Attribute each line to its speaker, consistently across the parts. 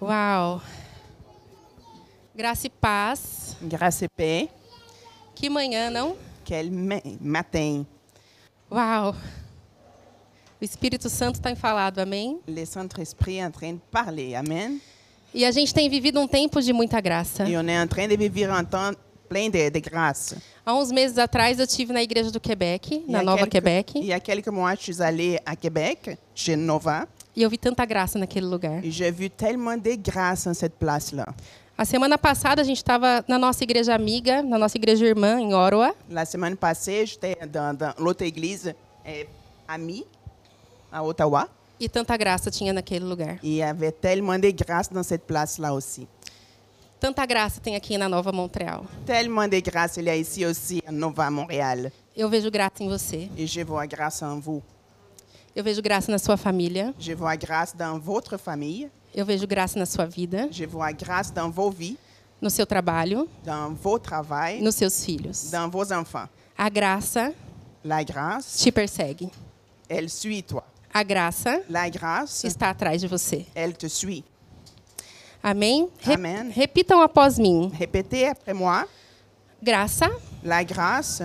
Speaker 1: Uau! Graça e paz,
Speaker 2: Grâce et paix,
Speaker 1: que manhã, não?
Speaker 2: quel ma- matin.
Speaker 1: Uau! O Espírito Santo está enfalado, amém?
Speaker 2: Le Saint-Esprit est en train de parler. Amen.
Speaker 1: E a gente tem vivido um tempo de muita graça.
Speaker 2: Et on est en train de vivre un temps plein de, de grâce.
Speaker 1: Há uns meses atrás eu tive na igreja do Quebec,
Speaker 2: Il y a
Speaker 1: na Nova
Speaker 2: quelques- Il
Speaker 1: Quebec,
Speaker 2: y a quelques mois, je suis allée à Québec, chez Nova,
Speaker 1: e eu vi tanta graça naquele lugar.
Speaker 2: et j'ai vu tellement de grâce en cette place-là.
Speaker 1: A semana passada a gente estava na nossa igreja amiga, na nossa igreja irmã, em Oroa,
Speaker 2: La semaine passée, j'étais dans, dans l'autre église, euh, Ami, à Ottawa,
Speaker 1: e tanta graça tinha naquele lugar.
Speaker 2: et il y avait tellement de grâce dans cette place-là aussi.
Speaker 1: Tanta graça tem aqui na Nova Montreal.
Speaker 2: Tellement de grâce il y a ici aussi à Nova, à Montréal.
Speaker 1: Eu vejo graça em você.
Speaker 2: Et je vois grâce en vous.
Speaker 1: Eu vejo graça na sua família.
Speaker 2: Je vois grâce dans votre famille.
Speaker 1: Eu vejo graça na sua vida,
Speaker 2: Je vois grâce dans vos vies,
Speaker 1: no seu trabalho,
Speaker 2: dans vos travails,
Speaker 1: nos seus filhos.
Speaker 2: dans vos enfants.
Speaker 1: A graça
Speaker 2: La grâce,
Speaker 1: te persegue.
Speaker 2: elle suit toi.
Speaker 1: A graça
Speaker 2: La grâce,
Speaker 1: está atrás de você.
Speaker 2: elle te suit.
Speaker 1: Amém? Re-
Speaker 2: Amém.
Speaker 1: Repitam após mim.
Speaker 2: Répétez après moi.
Speaker 1: Graça,
Speaker 2: La grâce,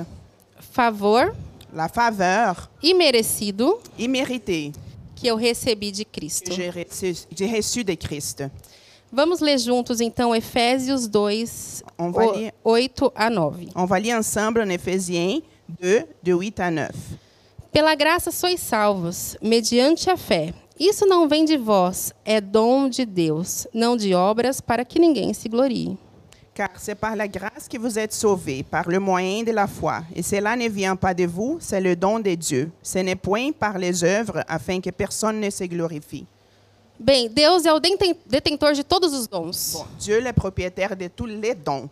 Speaker 1: favor
Speaker 2: la faveur
Speaker 1: imerecido
Speaker 2: imméritée
Speaker 1: que eu recebi de
Speaker 2: que
Speaker 1: Cristo.
Speaker 2: j'ai reçue reçu de Christ.
Speaker 1: Vamos ler juntos, então, Efésios 2,
Speaker 2: On
Speaker 1: o-
Speaker 2: Um vai ler.
Speaker 1: 8 a 9.
Speaker 2: On va lire ensemble en Éphésiens 2, de 8 à 9.
Speaker 1: Pela graça sois salvos, mediante a fé. Isso não vem de vós, é dom de Deus, não de obras, para que ninguém se glorie.
Speaker 2: Car c'est par la grâce que vous êtes sauvés, par le moyen de la foi. Et cela ne vient pas de vous, c'est le don de Dieu. Ce n'est point par les œuvres, afin que personne ne se glorifie.
Speaker 1: Bem, Deus é o deten- detentor de todos os dons.
Speaker 2: Bon, Dieu est propriétaire de tous les dons.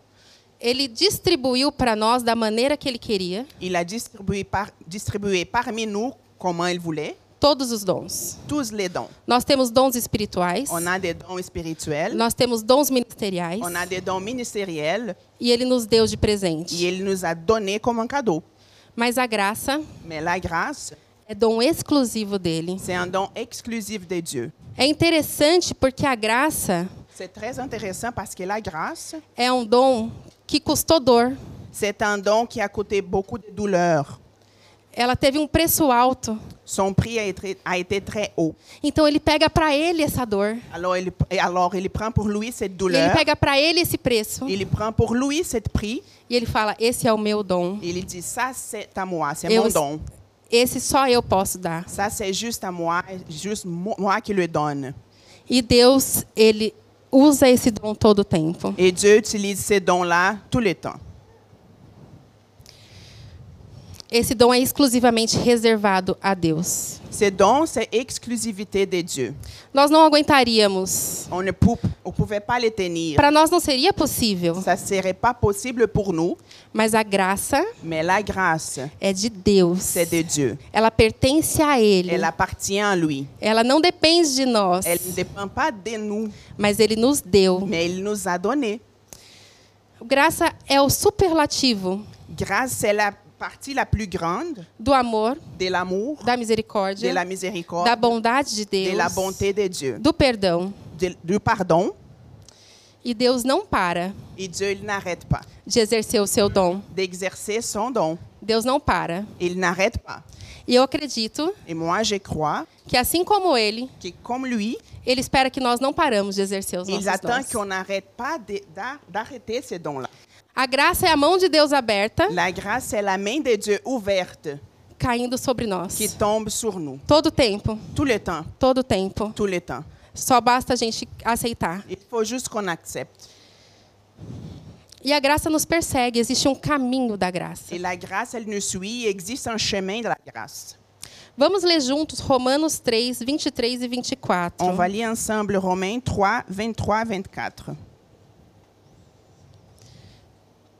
Speaker 1: Ele distribuiu para nós da maneira que ele queria
Speaker 2: Il a distribué, par- distribué parmi nous, comment il voulait,
Speaker 1: todos os dons.
Speaker 2: tous les dons.
Speaker 1: Nós temos dons espirituais,
Speaker 2: On a des dons spirituels,
Speaker 1: nós temos dons ministeriais,
Speaker 2: on a des dons ministériels,
Speaker 1: e ele nos deu de presente.
Speaker 2: et il nous a donné comme un cadeau.
Speaker 1: Mas a graça
Speaker 2: Mais la grâce,
Speaker 1: é dom exclusivo dele.
Speaker 2: c'est un don exclusif de Dieu.
Speaker 1: É interessante porque a graça
Speaker 2: C'est très intéressant parce que la grâce,
Speaker 1: é um dom que custou dor.
Speaker 2: C'est un don qui a coûté beaucoup de douleur.
Speaker 1: Ela teve um preço alto.
Speaker 2: Son prix a été, a été très haut.
Speaker 1: Então ele pega para ele essa dor.
Speaker 2: Alors il, et alors, il prend pour lui cette
Speaker 1: E ele
Speaker 2: douleur.
Speaker 1: pega para ele esse preço.
Speaker 2: Il prend pour lui cette prix.
Speaker 1: E ele fala: Esse é o meu dom.
Speaker 2: Il dit, ça, c'est à moi, c'est
Speaker 1: Et
Speaker 2: mon
Speaker 1: aussi-
Speaker 2: don.
Speaker 1: Esse só eu posso dar.
Speaker 2: Ça, c'est juste à moi, juste mo- moi qui le donne.
Speaker 1: E Deus, ele usa esse dom todo o tempo.
Speaker 2: Et Dieu utilise ces dons-là tout le temps.
Speaker 1: Esse dom é exclusivamente reservado a Deus.
Speaker 2: Ces dons, c'est exclusivité de Dieu.
Speaker 1: Nós não aguentaríamos.
Speaker 2: On ne pou- on pouvait pas les tenir.
Speaker 1: Para nós não seria possível,
Speaker 2: Ça serait pas possible pour nous,
Speaker 1: mas a graça
Speaker 2: mais la grâce,
Speaker 1: é de Deus.
Speaker 2: c'est de Dieu.
Speaker 1: Ela pertence a Ele.
Speaker 2: Elle appartient à lui.
Speaker 1: Ela não depende de nós,
Speaker 2: Elle ne dépend pas de nous,
Speaker 1: mas Ele nos deu.
Speaker 2: mais il nous a donné.
Speaker 1: Graça é o superlativo
Speaker 2: Grâce, c'est la partie la plus grande
Speaker 1: do amor,
Speaker 2: de l'amour,
Speaker 1: da
Speaker 2: de
Speaker 1: misericórdia,
Speaker 2: la
Speaker 1: da
Speaker 2: miséricorde,
Speaker 1: bondade de Deus,
Speaker 2: de la bonté de Dieu,
Speaker 1: do perdão.
Speaker 2: de- du pardon.
Speaker 1: E Deus não para
Speaker 2: Et Dieu, il n'arrête pas
Speaker 1: de exercer o seu dom.
Speaker 2: d'exercer son don.
Speaker 1: Deus não para.
Speaker 2: Il n'arrête pas.
Speaker 1: E eu acredito
Speaker 2: Et moi, je crois
Speaker 1: que, assim como Ele,
Speaker 2: que comme lui,
Speaker 1: Ele espera que nós não paramos de exercer os nossos
Speaker 2: il attend
Speaker 1: dons.
Speaker 2: qu'on n'arrête pas de- d'a- d'arrêter ces dons-là.
Speaker 1: A graça é a mão de Deus aberta
Speaker 2: La grâce, c'est la main de Dieu ouverte
Speaker 1: caindo sobre nós.
Speaker 2: qui tombe sur nous
Speaker 1: Todo tempo,
Speaker 2: tout le temps,
Speaker 1: todo tempo.
Speaker 2: tout le temps.
Speaker 1: Só basta a gente aceitar.
Speaker 2: Il faut juste qu'on accepte.
Speaker 1: E a graça nos persegue, existe um caminho da graça.
Speaker 2: Et la grâce, elle nous suit. Il existe un chemin de la grâce.
Speaker 1: Vamos ler juntos Romanos 3, 23 e 24.
Speaker 2: On va lire ensemble Romains 3, 23, 24.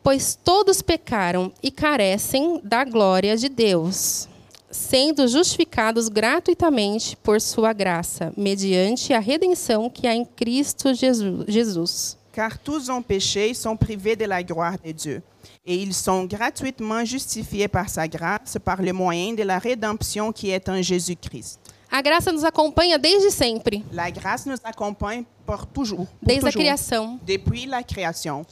Speaker 1: Pois todos pecaram e carecem da glória de Deus, sendo justificados gratuitamente por sua graça, mediante a redenção que há em Cristo Jesu- Jesus.
Speaker 2: Car tous ont péché et sont privés de la gloire de Dieu. Et ils sont gratuitement justifiés par sa grâce, par le moyen de la rédemption qui est en Jésus-Christ.
Speaker 1: A graça nos acompanha desde sempre,
Speaker 2: La grâce nous accompagne pour toujours. pour
Speaker 1: desde a
Speaker 2: toujours.
Speaker 1: criação.
Speaker 2: Depuis la création.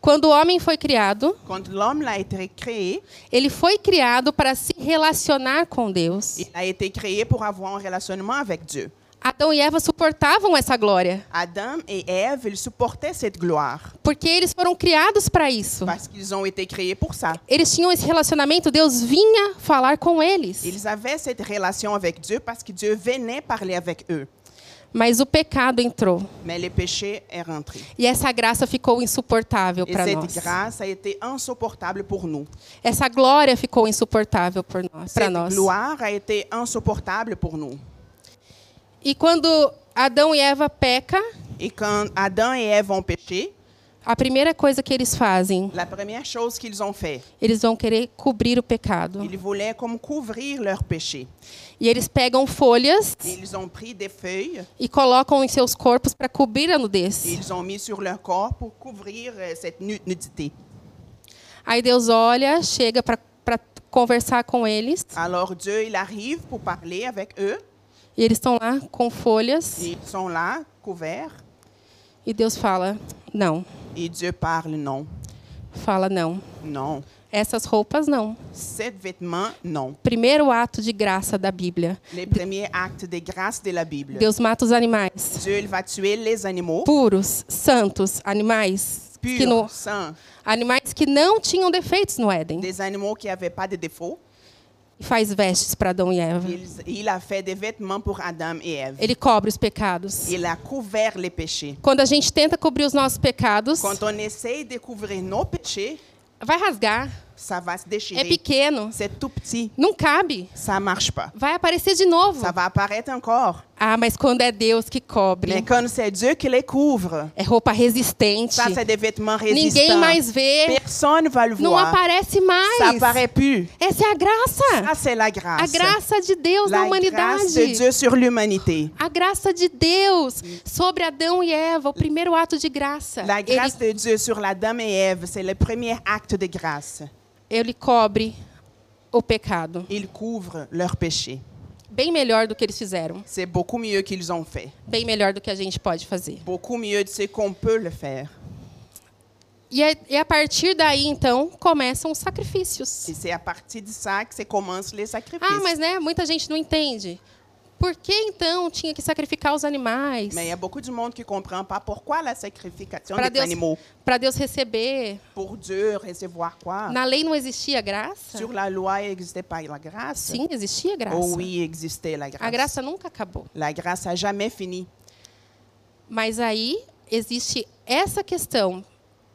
Speaker 1: Quando o homem foi criado,
Speaker 2: Quand l'homme a été créé,
Speaker 1: ele foi criado para se relacionar com Deus.
Speaker 2: il a été créé pour avoir un relationnement avec Dieu.
Speaker 1: Adão e Eva suportavam essa glória,
Speaker 2: Adam et Ève, ils supportaient cette gloire
Speaker 1: porque eles foram criados para isso.
Speaker 2: parce qu'ils ont été créés pour ça.
Speaker 1: Eles tinham esse relacionamento, Deus vinha falar com eles.
Speaker 2: Ils avaient cette relation avec Dieu parce que Dieu venait parler avec eux.
Speaker 1: Mas o pecado entrou
Speaker 2: Mais le péché est rentré.
Speaker 1: e essa graça ficou insuportável
Speaker 2: Et
Speaker 1: para
Speaker 2: cette
Speaker 1: nós.
Speaker 2: grâce a été insupportable pour nous.
Speaker 1: Essa glória ficou insuportável por nós, para
Speaker 2: Cette
Speaker 1: nós.
Speaker 2: gloire a été insupportable pour nous.
Speaker 1: E quando Adão e Eva peca,
Speaker 2: Et quand Adam et Ève ont péché,
Speaker 1: a primeira coisa que eles fazem,
Speaker 2: la première chose qu'ils ont fait,
Speaker 1: eles vão querer cobrir o pecado.
Speaker 2: ils voulaient comme couvrir leur péché.
Speaker 1: E eles pegam folhas
Speaker 2: Ils ont pris des feuilles
Speaker 1: e colocam em seus corpos para cobrir a
Speaker 2: et
Speaker 1: nudez.
Speaker 2: ils ont mis sur leur corps pour couvrir euh, cette nu- nudité.
Speaker 1: Aí Deus olha, chega para conversar com eles,
Speaker 2: Alors Dieu, il arrive pour parler avec eux.
Speaker 1: e eles estão lá com folhas,
Speaker 2: Ils sont là, couverts.
Speaker 1: e Deus fala: "Não.
Speaker 2: Et Dieu parle, non,
Speaker 1: Fala não.
Speaker 2: non.
Speaker 1: Essas roupas não."
Speaker 2: Cet vêtement, non.
Speaker 1: Primeiro ato de graça da Bíblia.
Speaker 2: Les premiers actes de grâce de la Bible.
Speaker 1: Deus mata os animais.
Speaker 2: Dieu, il va tuer les animaux
Speaker 1: puros, santos, animais que
Speaker 2: purs,
Speaker 1: não,
Speaker 2: sains,
Speaker 1: animais que não tinham defeitos no Éden.
Speaker 2: des animaux qui n'avaient pas de défauts.
Speaker 1: E faz vestes para Adão e Eva.
Speaker 2: Il, il a fait des vêtements pour Adam et Ève.
Speaker 1: Ele cobre os pecados.
Speaker 2: Il a couvert les péchés.
Speaker 1: Quando a gente tenta cobrir os nossos pecados,
Speaker 2: Quand on essaye de couvrir nos péchés,
Speaker 1: vai rasgar.
Speaker 2: ça va se
Speaker 1: É
Speaker 2: déchirer.
Speaker 1: pequeno.
Speaker 2: C'est tout petit.
Speaker 1: Não cabe.
Speaker 2: Ça marche pas.
Speaker 1: Vai aparecer de novo.
Speaker 2: Ça va apparaître encore.
Speaker 1: Ah, mas quando é Deus que
Speaker 2: Mais
Speaker 1: cobre,
Speaker 2: quand c'est Dieu qui les couvre,
Speaker 1: é roupa resistente.
Speaker 2: ça, c'est des vêtements
Speaker 1: Ninguém
Speaker 2: résistants.
Speaker 1: mais vê.
Speaker 2: Personne va le
Speaker 1: Não
Speaker 2: voir.
Speaker 1: aparece
Speaker 2: Ça
Speaker 1: mais.
Speaker 2: apparaît plus.
Speaker 1: Essa é a graça.
Speaker 2: Ça, c'est la
Speaker 1: A
Speaker 2: grâce.
Speaker 1: graça de Deus na
Speaker 2: la grâce de
Speaker 1: humanidade.
Speaker 2: Dieu sur l'humanité.
Speaker 1: A graça de Deus sobre Adão e Eva, o primeiro ato de graça.
Speaker 2: La grâce de Dieu sur la dame et Ève, c'est le premier acte de grâce.
Speaker 1: Ele, ele cobre o pecado.
Speaker 2: Il couvre leur péché.
Speaker 1: Bem melhor do que eles fizeram.
Speaker 2: C'est beaucoup mieux qu'ils ont fait.
Speaker 1: Bem melhor do que a gente pode fazer.
Speaker 2: Beaucoup mieux de ce qu'on peut le faire.
Speaker 1: E, é- e a partir daí, então, começam os sacrifícios.
Speaker 2: Et c'est à partir de ça que se commencent les sacrifices.
Speaker 1: Ah, mas né, muita gente não entende. Por que então tinha que sacrificar os animais?
Speaker 2: Mais il y a beaucoup de monde qui ne comprend pas pourquoi la sacrification
Speaker 1: Para
Speaker 2: des
Speaker 1: Deus,
Speaker 2: animaux.
Speaker 1: para Deus receber.
Speaker 2: Pour Dieu, recevoir quoi?
Speaker 1: Na lei não existia graça?
Speaker 2: Sur la loi, il n'existait pas la grâce.
Speaker 1: Sim, existia graça.
Speaker 2: Oh oui, il existait la grâce.
Speaker 1: A graça nunca acabou.
Speaker 2: La grâce n'a jamais fini.
Speaker 1: Mas aí existe essa questão: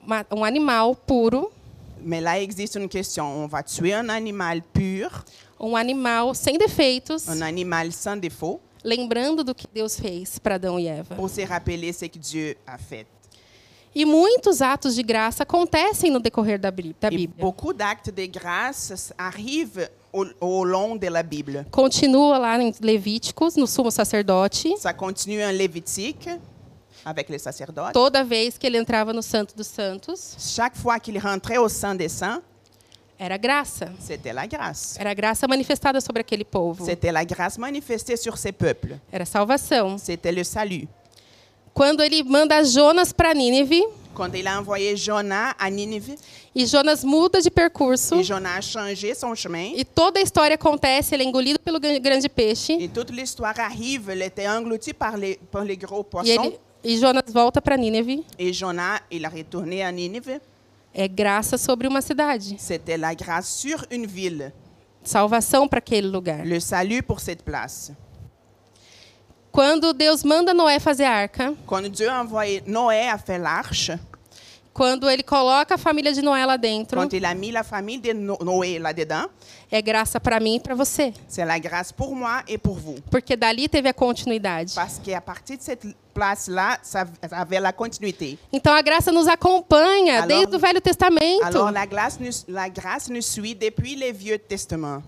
Speaker 1: Uma- um animal puro,
Speaker 2: Mais là, existe une question. On va tuer un animal pur,
Speaker 1: um animal sem defeitos,
Speaker 2: un animal sans défaut,
Speaker 1: lembrando do que Deus fez para Adão e Eva.
Speaker 2: pour se rappeler ce que Dieu a fait.
Speaker 1: E muitos atos de graça acontecem no decorrer da, Bí- da
Speaker 2: Et
Speaker 1: Bíblia.
Speaker 2: beaucoup d'actes de grâce arrivent au, au long de la Bible.
Speaker 1: Continua lá em Levíticos, no sumo sacerdote,
Speaker 2: Ça continue en Lévitique avec les sacerdotes.
Speaker 1: toda vez que ele entrava no Santo dos Santos,
Speaker 2: Chaque fois qu'il rentrait au Saint des Saints,
Speaker 1: era graça.
Speaker 2: c'était la grâce.
Speaker 1: Era graça manifestada sobre aquele povo.
Speaker 2: C'était la grâce manifestée sur ces peuples.
Speaker 1: Era salvação.
Speaker 2: C'était le salut.
Speaker 1: Quando ele manda Jonas para Nínive,
Speaker 2: Quand il a envoyé Jonas à Ninive,
Speaker 1: e Jonas muda de percurso,
Speaker 2: et Jonas a changé son chemin,
Speaker 1: E toda a história acontece, ele é engolido pelo gran- grande peixe.
Speaker 2: et toute l'histoire arrive, il était englouti par les, par les gros
Speaker 1: E,
Speaker 2: poissons,
Speaker 1: ele, e Jonas volta para Nínive.
Speaker 2: et Jonas, il a retourné à Ninive.
Speaker 1: É graça sobre uma cidade,
Speaker 2: C'était la grâce sur une ville,
Speaker 1: salvação para aquele lugar.
Speaker 2: le salut pour cette place.
Speaker 1: Quando Deus manda Noé fazer a arca,
Speaker 2: Quand Dieu a envoyé Noé à faire l'arche,
Speaker 1: quando ele coloca a família de Noé lá dentro,
Speaker 2: quand il a mis la famille de No- Noé là-dedans,
Speaker 1: é graça para mim e para você,
Speaker 2: c'est la grâce pour moi et pour vous.
Speaker 1: porque dali teve a continuidade.
Speaker 2: Parce qu'à partir de cette place-là, ça ça avait la continuité.
Speaker 1: Então a graça nos acompanha
Speaker 2: Alors-
Speaker 1: desde o Velho
Speaker 2: Alors,
Speaker 1: Testamento.
Speaker 2: la grâce, nous, la grâce nous suit depuis les vieux testaments.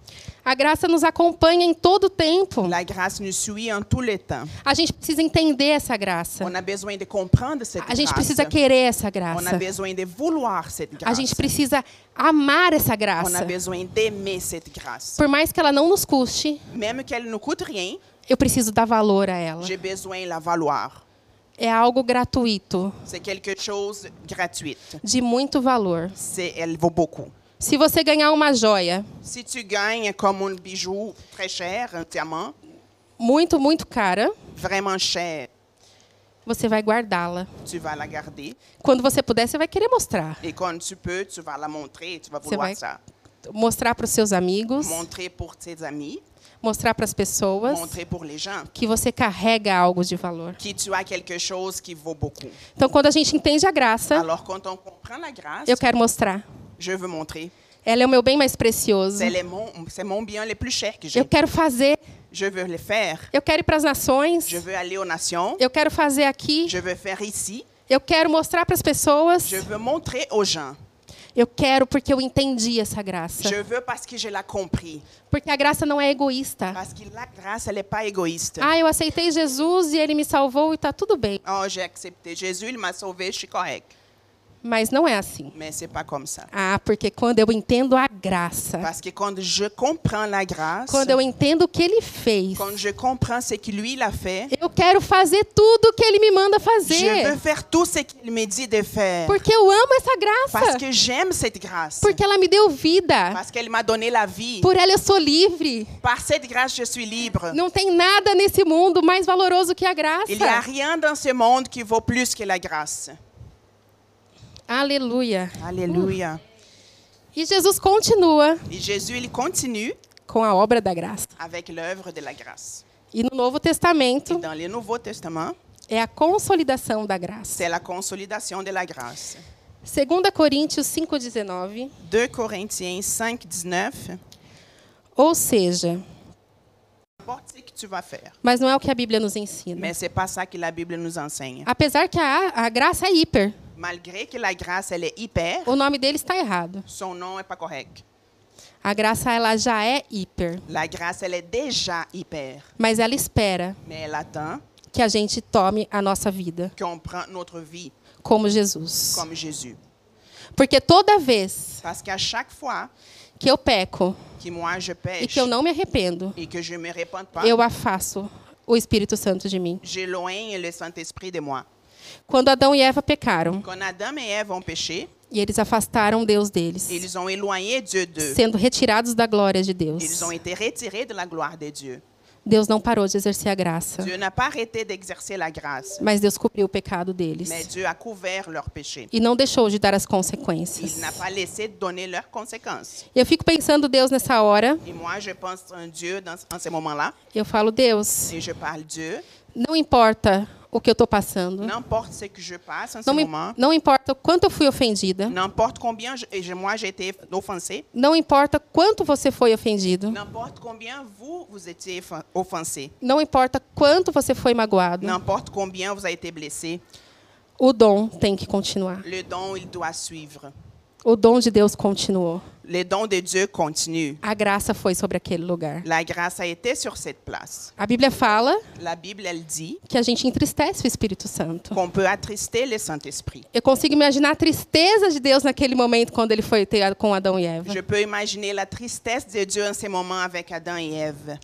Speaker 1: A graça nos acompanha em todo o tempo.
Speaker 2: La grâce nous suit en tous les temps.
Speaker 1: A gente precisa entender essa graça.
Speaker 2: On a besoin de comprendre cette
Speaker 1: A gente
Speaker 2: grâce.
Speaker 1: precisa querer essa
Speaker 2: On a
Speaker 1: graça.
Speaker 2: besoin de vouloir cette
Speaker 1: A
Speaker 2: grâce.
Speaker 1: gente precisa amar essa
Speaker 2: On a
Speaker 1: graça.
Speaker 2: besoin d'aimer cette grâce.
Speaker 1: Por mais que ela não nos custe,
Speaker 2: Même qu'elle ne coûte rien,
Speaker 1: eu preciso dar valor a ela.
Speaker 2: J'ai besoin de la valoir.
Speaker 1: É algo gratuito,
Speaker 2: C'est quelque chose de gratuit.
Speaker 1: de muito valor.
Speaker 2: C'est, elle vaut beaucoup.
Speaker 1: Se você ganhar uma joia,
Speaker 2: Si tu gagnes comme un bijou très cher, un diamant,
Speaker 1: muito, muito cara,
Speaker 2: vraiment cher,
Speaker 1: você vai guardá-la.
Speaker 2: tu vas la garder.
Speaker 1: Quando você puder, você vai querer mostrar.
Speaker 2: Et quand tu peux, tu vas la montrer. Tu vas
Speaker 1: C'est
Speaker 2: vouloir
Speaker 1: vrai.
Speaker 2: ça.
Speaker 1: Mostrar para os seus amigos,
Speaker 2: Montrer pour tes amis,
Speaker 1: mostrar para as pessoas
Speaker 2: montrer pour les gens
Speaker 1: que você carrega algo de valor.
Speaker 2: qui tu as quelque chose qui vaut beaucoup.
Speaker 1: Então, quando a gente entende a graça,
Speaker 2: Alors, quand on comprend la grâce,
Speaker 1: eu quero mostrar.
Speaker 2: je veux montrer.
Speaker 1: Ela é o meu bem mais precioso.
Speaker 2: C'est les mon, c'est mon bien le plus cher que j'ai.
Speaker 1: Eu quero fazer,
Speaker 2: Je veux le faire.
Speaker 1: eu quero ir para as nações,
Speaker 2: Je veux aller aux nations.
Speaker 1: eu quero fazer aqui,
Speaker 2: Je veux faire ici.
Speaker 1: eu quero mostrar para as pessoas.
Speaker 2: Je veux montrer aux gens.
Speaker 1: Eu quero porque eu entendi essa graça.
Speaker 2: Je veux parce que je l'ai compris.
Speaker 1: Porque a graça não é egoísta.
Speaker 2: Parce que la grâce, elle n'est pas égoïste.
Speaker 1: Ah, eu aceitei Jesus e ele me salvou e tá tudo bem.
Speaker 2: Oh, j'ai accepté Jésus, il m'a sauvé, je suis correct.
Speaker 1: Mas não é assim.
Speaker 2: Mais c'est pas comme ça.
Speaker 1: Ah, porque quando eu entendo a graça,
Speaker 2: Parce que quand je comprends la grâce,
Speaker 1: quando eu entendo o que ele fez,
Speaker 2: quand je comprends ce que lui, il a fait,
Speaker 1: eu quero fazer tudo o que ele me manda
Speaker 2: je veux
Speaker 1: fazer.
Speaker 2: faire tout ce qu'il me dit de faire.
Speaker 1: Porque eu amo essa
Speaker 2: Parce
Speaker 1: graça.
Speaker 2: que j'aime cette grâce.
Speaker 1: Porque ela me deu vida.
Speaker 2: Parce qu'elle m'a donné la vie.
Speaker 1: Por ela eu sou livre.
Speaker 2: Par cette grâce, je suis libre.
Speaker 1: Não tem nada nesse mundo mais valoroso que a graça.
Speaker 2: Il n'y é a rien dans ce monde qui vaut plus que la grâce.
Speaker 1: Aleluia.
Speaker 2: Alléluia.
Speaker 1: E Jesus continua
Speaker 2: Et Jésus, il continue
Speaker 1: com a obra da graça.
Speaker 2: avec l'œuvre de la grâce.
Speaker 1: E no Novo
Speaker 2: Et
Speaker 1: Testamento
Speaker 2: dans le Nouveau Testament,
Speaker 1: é a consolidação da graça.
Speaker 2: c'est la consolidation de la grâce.
Speaker 1: 2 Coríntios 5,19.
Speaker 2: 2 Corinthiens 5, 19.
Speaker 1: Ou seja,
Speaker 2: N'importe ce que tu vas faire.
Speaker 1: mas não é o que a Bíblia nos ensina.
Speaker 2: Mais c'est pas ça que la Bible nous enseigne.
Speaker 1: Apesar que a, a graça é hiper,
Speaker 2: Malgré que la grâce, elle est hyper,
Speaker 1: o nome dele está errado.
Speaker 2: son nom n'est pas correct.
Speaker 1: A graça ela já é hiper,
Speaker 2: La grâce, elle est déjà hyper.
Speaker 1: mas ela espera
Speaker 2: Mais elle attend
Speaker 1: que a gente tome a nossa vida
Speaker 2: qu'on prend notre vie
Speaker 1: como Jesus.
Speaker 2: comme Jésus.
Speaker 1: Porque toda vez
Speaker 2: Parce qu'à chaque fois
Speaker 1: que eu peco
Speaker 2: que moi je
Speaker 1: e
Speaker 2: pêche
Speaker 1: que eu não me arrependo,
Speaker 2: et que je ne me réponds pas,
Speaker 1: eu afasto o Espírito Santo de mim.
Speaker 2: j'éloigne le Saint-Esprit de moi.
Speaker 1: Quando Adão e Eva pecaram
Speaker 2: Quand Adam et Ève ont péché,
Speaker 1: e eles afastaram Deus deles,
Speaker 2: ils ont éloigné Dieu d'eux.
Speaker 1: sendo retirados da glória de Deus.
Speaker 2: Ils ont été retirés de la gloire de Dieu.
Speaker 1: Deus não parou de exercer a graça,
Speaker 2: Dieu n'a pas arrêté d'exercer la grâce,
Speaker 1: mas Deus cobriu o pecado
Speaker 2: mais
Speaker 1: deles
Speaker 2: Dieu a couvert leurs péchés.
Speaker 1: e não deixou de dar as
Speaker 2: Il
Speaker 1: consequências.
Speaker 2: n'a pas laissé donner leurs conséquences.
Speaker 1: Eu fico pensando Deus nessa hora,
Speaker 2: Et moi, je pense en Dieu dans, en ce moment-là,
Speaker 1: eu falo Deus,
Speaker 2: et je parle Dieu,
Speaker 1: não importa o que eu estou passando,
Speaker 2: n'importe ce que je passe en ce
Speaker 1: não, me-
Speaker 2: moment,
Speaker 1: não importa o quanto eu fui ofendida,
Speaker 2: n'importe combien je- et je- moi j'ai été offensé,
Speaker 1: não importa quanto você foi ofendido,
Speaker 2: n'importe combien vous, vous étiez fa- offensé,
Speaker 1: não importa quanto você foi magoado,
Speaker 2: n'importe combien vous avez été blessé,
Speaker 1: o dom tem que continuar.
Speaker 2: le don, il doit suivre.
Speaker 1: O dom de Deus continuou.
Speaker 2: Le don de Dieu continue.
Speaker 1: A graça foi sobre aquele lugar.
Speaker 2: La grâce a été sur cette place.
Speaker 1: A Bíblia fala
Speaker 2: La Bible, elle dit
Speaker 1: que a gente entristece o Espírito Santo.
Speaker 2: qu'on peut attrister le Saint-Esprit.
Speaker 1: Eu consigo imaginar a tristeza de Deus naquele momento quando ele foi ter com Adão e Eva.
Speaker 2: Je peux imaginer la tristesse de Dieu en ce moment avec Adam et Ève,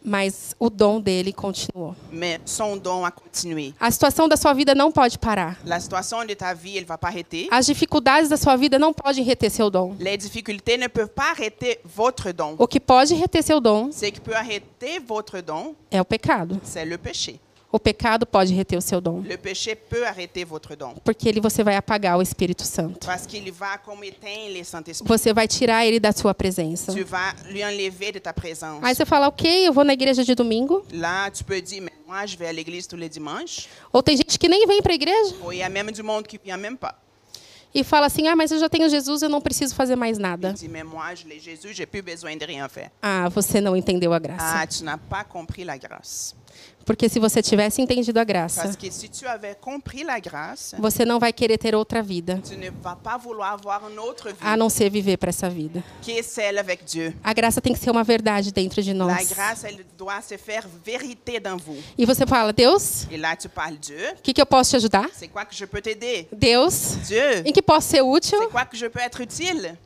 Speaker 1: Mas o dom dele continuou.
Speaker 2: mais son don a continué.
Speaker 1: A situação da sua vida não pode parar.
Speaker 2: La situation de ta vie, elle va pas arrêter.
Speaker 1: As dificuldades da sua vida não podem reter seu dom.
Speaker 2: Les difficultés ne peuvent pas arrêter votre don.
Speaker 1: O que pode reter seu dom
Speaker 2: Ce qui peut arrêter votre don,
Speaker 1: é o pecado.
Speaker 2: c'est le péché.
Speaker 1: O pecado pode reter o seu dom,
Speaker 2: Le péché peut arrêter votre don
Speaker 1: porque ele você vai apagar o Espírito Santo.
Speaker 2: parce qu'il va comme éteindre le Saint-Esprit.
Speaker 1: Você vai tirar ele da sua presença.
Speaker 2: Tu vas lui enlever de ta présence.
Speaker 1: Aí você fala, ok, eu vou na igreja de domingo.
Speaker 2: Là, tu peux dire, mais moi, je vais à l'église tous les dimanches.
Speaker 1: Ou tem gente que nem vem para a igreja
Speaker 2: Ou il y a même du monde qui vient même pas.
Speaker 1: e fala assim, ah, mas eu já tenho Jesus, eu não preciso fazer mais nada.
Speaker 2: Il dit, mais moi, je l'ai Jésus, j'ai plus besoin de rien faire.
Speaker 1: Ah, você não entendeu a graça.
Speaker 2: Ah, tu n'as pas compris la grâce.
Speaker 1: Porque se você tivesse entendido a
Speaker 2: Parce
Speaker 1: graça,
Speaker 2: que é. si tu avais compris la grâce,
Speaker 1: você não vai querer ter outra vida,
Speaker 2: tu ne vas pas vouloir avoir une autre
Speaker 1: a
Speaker 2: vie
Speaker 1: não ser viver para essa vida.
Speaker 2: qui est celle avec Dieu.
Speaker 1: A graça tem que ser uma verdade dentro de
Speaker 2: La
Speaker 1: nós.
Speaker 2: grâce, elle doit se faire vérité dans vous.
Speaker 1: E você fala, Deus,
Speaker 2: Et là, tu parles Dieu.
Speaker 1: o que, que eu posso te ajudar?
Speaker 2: C'est quoi que je peux t'aider?
Speaker 1: Deus,
Speaker 2: Dieu,
Speaker 1: em que posso ser útil?
Speaker 2: c'est quoi que je peux être utile?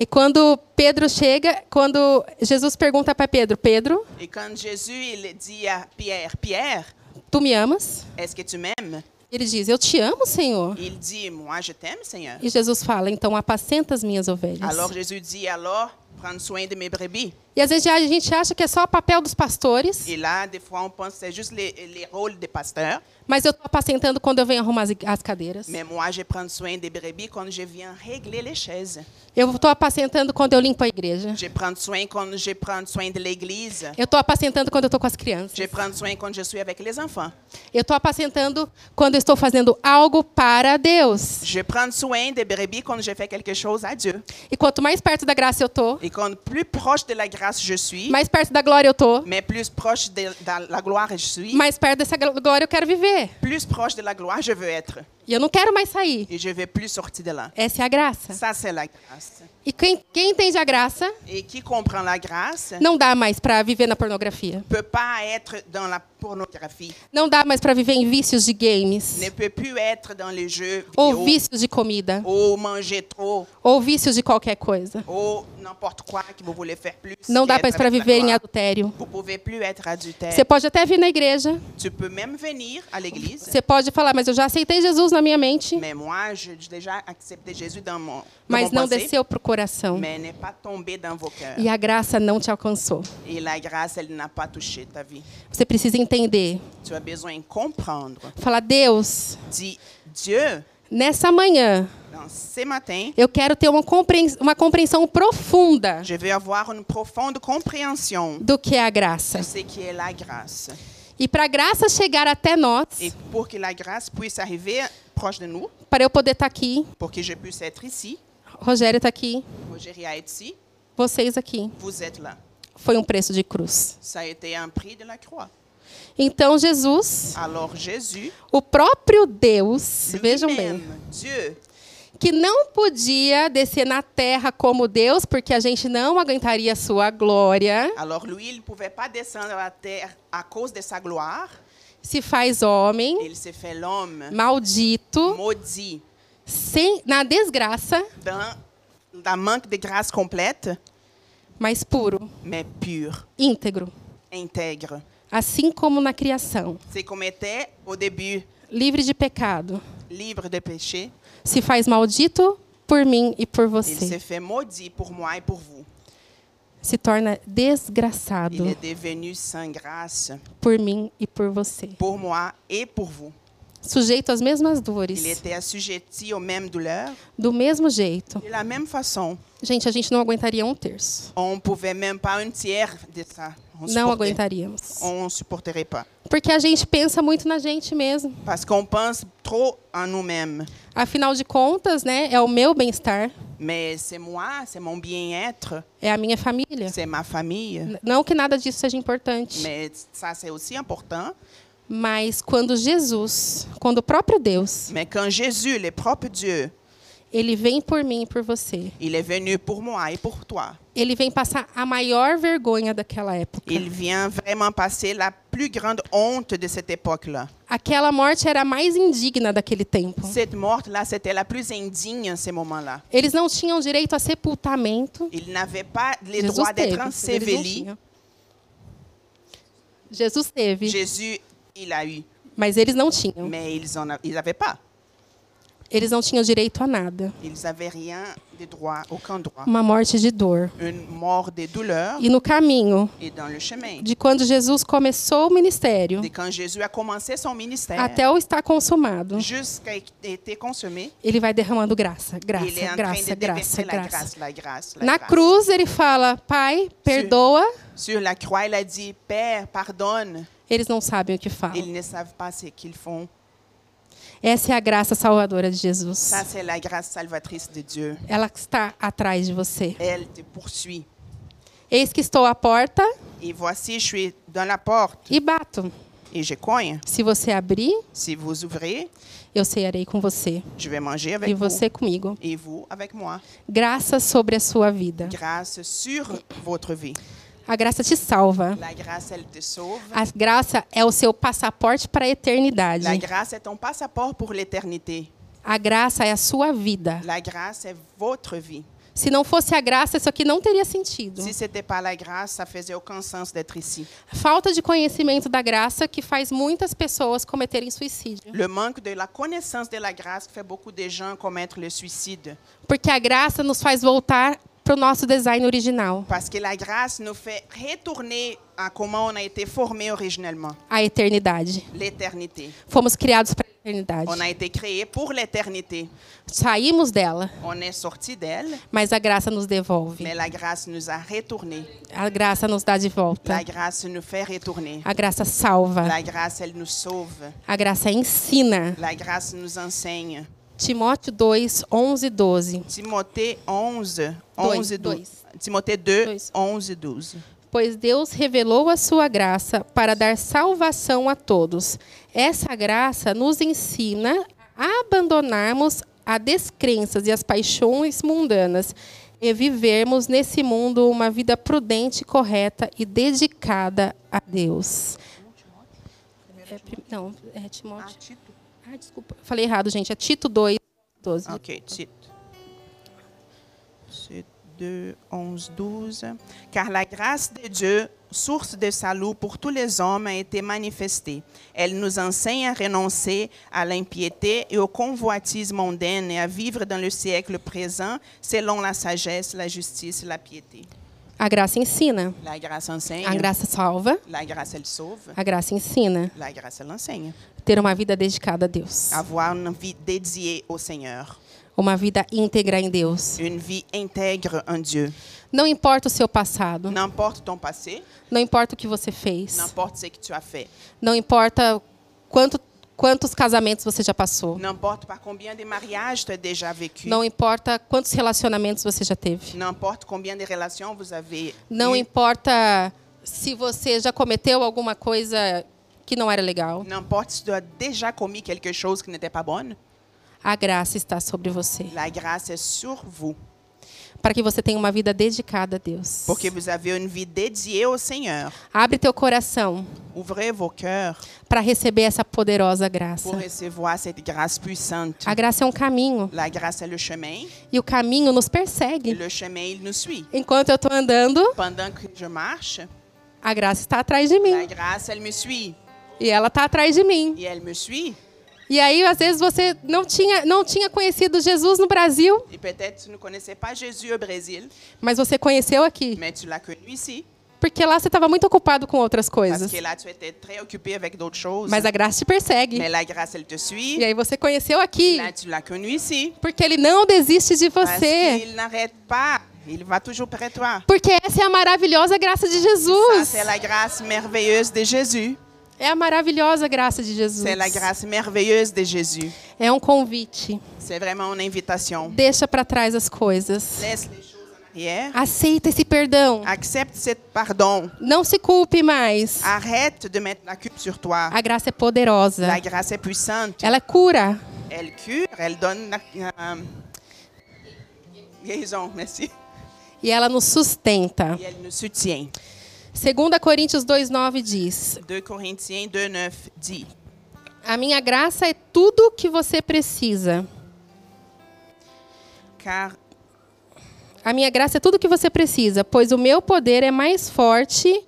Speaker 1: E quando Pedro chega, quando Jesus pergunta para Pedro, Pedro,
Speaker 2: Et quand Jésus il dit à Pierre, Pierre,
Speaker 1: tu me amas?
Speaker 2: est-ce que tu m'aimes?
Speaker 1: Ele diz, eu te amo, Senhor.
Speaker 2: Il dit, moi je t'aime Seigneur.
Speaker 1: E Jesus fala, então apacenta as minhas ovelhas.
Speaker 2: Alors Jésus dit, alors prends soin de mes brebis.
Speaker 1: E às vezes a gente acha que é só o papel dos pastores,
Speaker 2: Et là, des fois, on pense que c'est juste les, les rôles des pasteurs.
Speaker 1: mas eu estou apacentando quando eu venho arrumar as- as cadeiras.
Speaker 2: Mais moi, je prends soin des brebis quand je viens régler les chaises.
Speaker 1: Eu estou apacentando quando eu limpo a igreja.
Speaker 2: Je prends soin quand je prends soin de l'église.
Speaker 1: Eu estou apacentando quando eu estou com as
Speaker 2: Je
Speaker 1: crianças.
Speaker 2: prends soin quand je suis avec les enfants.
Speaker 1: Eu estou apacentando quando eu estou fazendo algo para Deus.
Speaker 2: Je prends soin des brebis quand je fais quelque chose à Dieu.
Speaker 1: E quanto mais perto da graça eu estou,
Speaker 2: Et quand plus proche de la grâce je suis,
Speaker 1: mais perto da glória eu estou,
Speaker 2: mais plus proche de, de la gloire je suis,
Speaker 1: mais perto dessa gl- glória eu quero viver.
Speaker 2: plus proche de la gloire je veux être.
Speaker 1: E eu não quero mais sair.
Speaker 2: Et je vais plus sortir de là.
Speaker 1: Essa é a graça.
Speaker 2: Ça, c'est la grâce.
Speaker 1: E quem, quem entende a graça
Speaker 2: Et qui comprend la grâce ne
Speaker 1: não dá mais para viver na pornografia.
Speaker 2: peut pas être dans la pornographie,
Speaker 1: Não dá mais para viver em vícios de games,
Speaker 2: ne peut plus être dans les jeux
Speaker 1: ou
Speaker 2: vidéo,
Speaker 1: vícios de comida,
Speaker 2: ou manger trop,
Speaker 1: ou vícios de qualquer coisa.
Speaker 2: ou n'importe quoi que vous voulez faire plus.
Speaker 1: Não dá
Speaker 2: qu'être
Speaker 1: mais para
Speaker 2: avec la
Speaker 1: viver em
Speaker 2: gloire.
Speaker 1: adultério.
Speaker 2: Vous pouvez plus être adultère.
Speaker 1: Você pode até vir na igreja,
Speaker 2: Tu peux même venir à l'église.
Speaker 1: você pode falar, mas eu já aceitei Jesus na minha mente,
Speaker 2: Mais moi, j'ai déjà accepté Jésus dans mon, dans
Speaker 1: mas
Speaker 2: mon
Speaker 1: não
Speaker 2: passé,
Speaker 1: desceu pro coração.
Speaker 2: mais n'est pas tombé dans vos cœurs.
Speaker 1: E a graça não te alcançou.
Speaker 2: Et la grâce, elle n'a pas touché ta vie.
Speaker 1: Você precisa entender.
Speaker 2: Tu as besoin de comprendre.
Speaker 1: Falar, Deus,
Speaker 2: Dis, Dieu,
Speaker 1: nessa manhã,
Speaker 2: dans ces matins,
Speaker 1: eu quero ter uma, compre- uma compreensão profunda
Speaker 2: je vais avoir une profonde compréhension
Speaker 1: do que é a graça.
Speaker 2: de ce qui est la grâce.
Speaker 1: E para a graça chegar até nós,
Speaker 2: Et pour que la grâce puisse arriver proche de nous,
Speaker 1: para eu poder estar aqui,
Speaker 2: pour que je puisse être ici,
Speaker 1: Rogério está aqui,
Speaker 2: Roger est ici,
Speaker 1: vocês aqui,
Speaker 2: vous êtes là.
Speaker 1: foi um preço de cruz.
Speaker 2: Ça a été un prix de la croix.
Speaker 1: Então Jesus,
Speaker 2: Alors Jésus,
Speaker 1: o próprio Deus, vejam bem,
Speaker 2: lui-même, Dieu,
Speaker 1: que não podia descer na terra como Deus, porque a gente não aguentaria a sua glória,
Speaker 2: alors lui, il ne pouvait pas descendre à la terre à cause de sa gloire.
Speaker 1: se faz homem,
Speaker 2: Il s'est fait l'homme
Speaker 1: maldito,
Speaker 2: maudit
Speaker 1: sem na desgraça,
Speaker 2: dans la manque de grâce complète,
Speaker 1: mas puro,
Speaker 2: mais pur,
Speaker 1: íntegro,
Speaker 2: intègre.
Speaker 1: assim como na criação,
Speaker 2: C'est comme était au début,
Speaker 1: livre de pecado,
Speaker 2: libre de péché.
Speaker 1: se faz maldito por mim e por
Speaker 2: Il s'est
Speaker 1: você,
Speaker 2: fait maudit pour moi et pour vous.
Speaker 1: se torna
Speaker 2: Il
Speaker 1: desgraçado
Speaker 2: est devenu sans grâce
Speaker 1: por mim e por você,
Speaker 2: pour moi et pour vous.
Speaker 1: sujeito às mesmas
Speaker 2: Il
Speaker 1: dores,
Speaker 2: était assujetti aux mêmes douleurs.
Speaker 1: do mesmo jeito.
Speaker 2: De la même façon,
Speaker 1: Gente, a gente não aguentaria um terço,
Speaker 2: on ne pouvait même pas un tiers de ça. On
Speaker 1: não
Speaker 2: supportait-
Speaker 1: aguentaríamos.
Speaker 2: on ne supporterait pas.
Speaker 1: Porque a gente pensa muito na gente mesmo.
Speaker 2: Parce qu'on pense trop en nous-mêmes.
Speaker 1: Afinal de contas, né, é o meu bem-estar,
Speaker 2: Mais c'est moi, c'est mon bien-être,
Speaker 1: é a minha família.
Speaker 2: c'est ma famille.
Speaker 1: N- Não que nada disso seja importante,
Speaker 2: Mais ça, c'est aussi important.
Speaker 1: mas quando Jesus, quando o próprio Deus,
Speaker 2: Mais quand Jésus, le propre Dieu,
Speaker 1: ele vem por mim e por você,
Speaker 2: il est venu pour moi et pour toi,
Speaker 1: ele vem passar a maior vergonha daquela época.
Speaker 2: il vient vraiment passer la plus grande honte de cette époque-là.
Speaker 1: Aquela morte era a mais indigna daquele tempo.
Speaker 2: Cette morte-là, c'était la plus indigne à ces moments-là.
Speaker 1: Eles não tinham direito a sepultamento.
Speaker 2: Il n'avait pas les
Speaker 1: Jesus
Speaker 2: droits
Speaker 1: teve.
Speaker 2: d'être
Speaker 1: eles não
Speaker 2: enseveli.
Speaker 1: tinham. Jesus teve,
Speaker 2: Jésus, il a eu,
Speaker 1: mas eles não tinham.
Speaker 2: mais ils n'avaient ils avaient pas.
Speaker 1: Eles não tinham direito a nada.
Speaker 2: Ils n'avaient rien de droit, aucun droit.
Speaker 1: uma morte de dor.
Speaker 2: Une mort des douleurs
Speaker 1: E no caminho
Speaker 2: et dans le chemin.
Speaker 1: de quando Jesus começou o ministério
Speaker 2: De quand Jésus a commencé son ministère
Speaker 1: até o estar consumado,
Speaker 2: jusqu'à été consommé,
Speaker 1: ele vai derramando graça,
Speaker 2: il est
Speaker 1: graça, graça,
Speaker 2: en train de
Speaker 1: graça,
Speaker 2: déverser la
Speaker 1: graça.
Speaker 2: grâce, la grâce, la
Speaker 1: Na
Speaker 2: grâce.
Speaker 1: cruz ele fala: Pai, perdoa.
Speaker 2: Sur la croix, il a dit, Père, pardonne.
Speaker 1: Eles não sabem o que falam.
Speaker 2: Ils ne savent pas ce qu'ils font.
Speaker 1: Essa é a graça salvadora de Jesus.
Speaker 2: Ça, c'est la grâce salvatrice de Dieu.
Speaker 1: Ela está atrás de você.
Speaker 2: Elle te poursuit.
Speaker 1: Eis que estou à porta
Speaker 2: Et voici, je suis dans la porte
Speaker 1: e bato.
Speaker 2: et je cogne.
Speaker 1: Se você abrir,
Speaker 2: Si vous ouvrez,
Speaker 1: eu cearei com você
Speaker 2: je vais manger avec
Speaker 1: e
Speaker 2: vous
Speaker 1: você comigo.
Speaker 2: et vous avec moi.
Speaker 1: Graça sobre a sua vida.
Speaker 2: Grâce sur votre vie.
Speaker 1: A graça te salva.
Speaker 2: La grâce, elle te sauve.
Speaker 1: A graça é o seu passaporte para a eternidade.
Speaker 2: La grâce est ton passeport pour l'éternité.
Speaker 1: A graça é a sua vida.
Speaker 2: La grâce est votre vie.
Speaker 1: Se não fosse a graça, isso aqui não teria sentido.
Speaker 2: Si ce n'était pas la grâce, ça faisait aucun sens d'être ici.
Speaker 1: Falta de conhecimento da graça que faz muitas pessoas cometerem suicídio.
Speaker 2: Le manque de la connaissance de la grâce fait beaucoup de gens commettre le suicide.
Speaker 1: Porque a graça nos faz voltar para o nosso design original,
Speaker 2: Parce que la grâce nous fait retourner à comment on a été formé originellement,
Speaker 1: a eternidade.
Speaker 2: l'éternité.
Speaker 1: Fomos criados para a eternidade.
Speaker 2: On a été créé pour l'éternité.
Speaker 1: Saímos dela,
Speaker 2: On est sorti d'elle,
Speaker 1: mas a graça nos devolve.
Speaker 2: mais la grâce nous a retournés.
Speaker 1: A graça nos dá de volta.
Speaker 2: La grâce nous fait retourner.
Speaker 1: A graça salva.
Speaker 2: La grâce, elle nous sauve.
Speaker 1: A graça ensina.
Speaker 2: La grâce nous enseigne.
Speaker 1: Timóteo 2, 11 e 12.
Speaker 2: Timothée 11,
Speaker 1: Dois,
Speaker 2: 11 12.
Speaker 1: dois.
Speaker 2: Timothée 2,
Speaker 1: Dois.
Speaker 2: 11 12.
Speaker 1: Pois Deus revelou a sua graça para dar salvação a todos. Essa graça nos ensina a abandonarmos as descrenças e as paixões mundanas e vivermos nesse mundo uma vida prudente, correta e dedicada a Deus. É, prim- não, é Timóteo. Ah, desculpa. Falei errado, gente. É Tito 2, 12.
Speaker 2: Ok, Tite. C'est 2, 11, 12. Car la grâce de Dieu, source de salut pour tous les hommes, a été manifestée. Elle nous enseigne à renoncer à l'impiété et aux convoitises mondaines et à vivre dans le siècle présent selon la sagesse, la justice, la piété.
Speaker 1: A graça ensina.
Speaker 2: La grâce enseigne.
Speaker 1: A graça salva.
Speaker 2: La grâce, elle sauve.
Speaker 1: A graça ensina.
Speaker 2: La grâce, elle enseigne.
Speaker 1: Ter uma vida dedicada a Deus.
Speaker 2: Avoir une vie dédiée au Seigneur,
Speaker 1: uma vida íntegra em Deus.
Speaker 2: une vie intègre en Dieu.
Speaker 1: Não importa o seu passado,
Speaker 2: N'importe ton passé,
Speaker 1: não importa o que você fez,
Speaker 2: n'importe ce que tu as fait,
Speaker 1: não importa quanto, quantos casamentos você já passou,
Speaker 2: n'importe par combien de mariages tu as déjà vécu,
Speaker 1: não importa quantos relacionamentos você já teve,
Speaker 2: n'importe combien de relations vous avez
Speaker 1: não
Speaker 2: eues,
Speaker 1: importa se você já cometeu alguma coisa que não era legal.
Speaker 2: n'importe si tu as déjà commis quelque chose qui n'était pas bonne,
Speaker 1: A graça está sobre você,
Speaker 2: la grâce est sur vous
Speaker 1: para que você tenha uma vida dedicada a Deus.
Speaker 2: pour que vous avez une vie dédiée au Seigneur.
Speaker 1: Abre teu coração
Speaker 2: Ouvrez vos cœurs
Speaker 1: para receber essa poderosa
Speaker 2: pour
Speaker 1: graça.
Speaker 2: recevoir cette grâce puissante.
Speaker 1: A graça é um caminho
Speaker 2: La grâce est le chemin
Speaker 1: e o caminho nos
Speaker 2: et
Speaker 1: persegue.
Speaker 2: le chemin, il nous suit.
Speaker 1: Enquanto eu estou andando,
Speaker 2: Pendant que je marche,
Speaker 1: A graça está atrás de
Speaker 2: La
Speaker 1: mim.
Speaker 2: grâce, elle me suit.
Speaker 1: E ela está atrás de mim.
Speaker 2: Et elle me suit.
Speaker 1: E aí, às vezes, você não tinha, não tinha conhecido Jesus no Brasil,
Speaker 2: Et peut-être tu ne connaissais pas Jésus au Brésil,
Speaker 1: mas você conheceu aqui.
Speaker 2: mais tu l'as connu ici.
Speaker 1: Porque lá você estava muito ocupado com outras coisas.
Speaker 2: Parce que là, tu étais très occupé avec d'autres choses.
Speaker 1: Mas a graça te persegue.
Speaker 2: Mais la grâce, elle te
Speaker 1: E
Speaker 2: suit.
Speaker 1: aí você conheceu aqui.
Speaker 2: Là, tu l'as connu ici.
Speaker 1: Porque ele não desiste de
Speaker 2: Parce
Speaker 1: você.
Speaker 2: qu'il n'arrête pas. Il va toujours près de toi.
Speaker 1: Porque essa é a maravilhosa graça de
Speaker 2: Ça,
Speaker 1: Jesus.
Speaker 2: c'est la grâce merveilleuse de Jésus.
Speaker 1: É a maravilhosa é graça de Jesus.
Speaker 2: C'est la grâce merveilleuse de Jésus.
Speaker 1: É um convite.
Speaker 2: C'est vraiment une invitation.
Speaker 1: Deixa para trás as coisas.
Speaker 2: Laisse les choses en arrière.
Speaker 1: Aceita esse perdão.
Speaker 2: Accepte ce pardon.
Speaker 1: Não se culpe mais.
Speaker 2: Arrête de mettre la culpe sur toi.
Speaker 1: A graça é poderosa.
Speaker 2: La grâce est puissante.
Speaker 1: Ela cura.
Speaker 2: Elle cure, elle donne la- euh, guérison, merci.
Speaker 1: e ela nos sustenta.
Speaker 2: Et elle nous soutient.
Speaker 1: 2 Coríntios 2,9 diz:
Speaker 2: 2 Corinthiens 2, 9 dit
Speaker 1: A minha graça é tudo que você precisa.
Speaker 2: Car
Speaker 1: A minha graça é tudo que você precisa, pois o meu poder é mais forte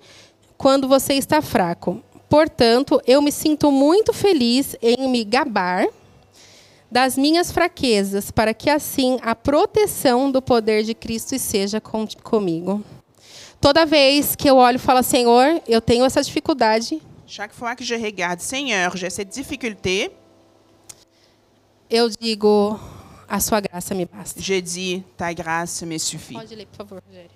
Speaker 1: quando você está fraco. Portanto, eu me sinto muito feliz em me gabar das minhas fraquezas, para que assim a proteção do poder de Cristo seja com- comigo. Toda vez que eu olho e falo, Senhor, eu tenho essa dificuldade,
Speaker 2: chaque fois que je regarde, Seigneur, j'ai cette difficulté,
Speaker 1: Eu digo, a sua graça me basta.
Speaker 2: je dis, ta grâce me suffit.
Speaker 1: Pode ler, por favor, Rogério.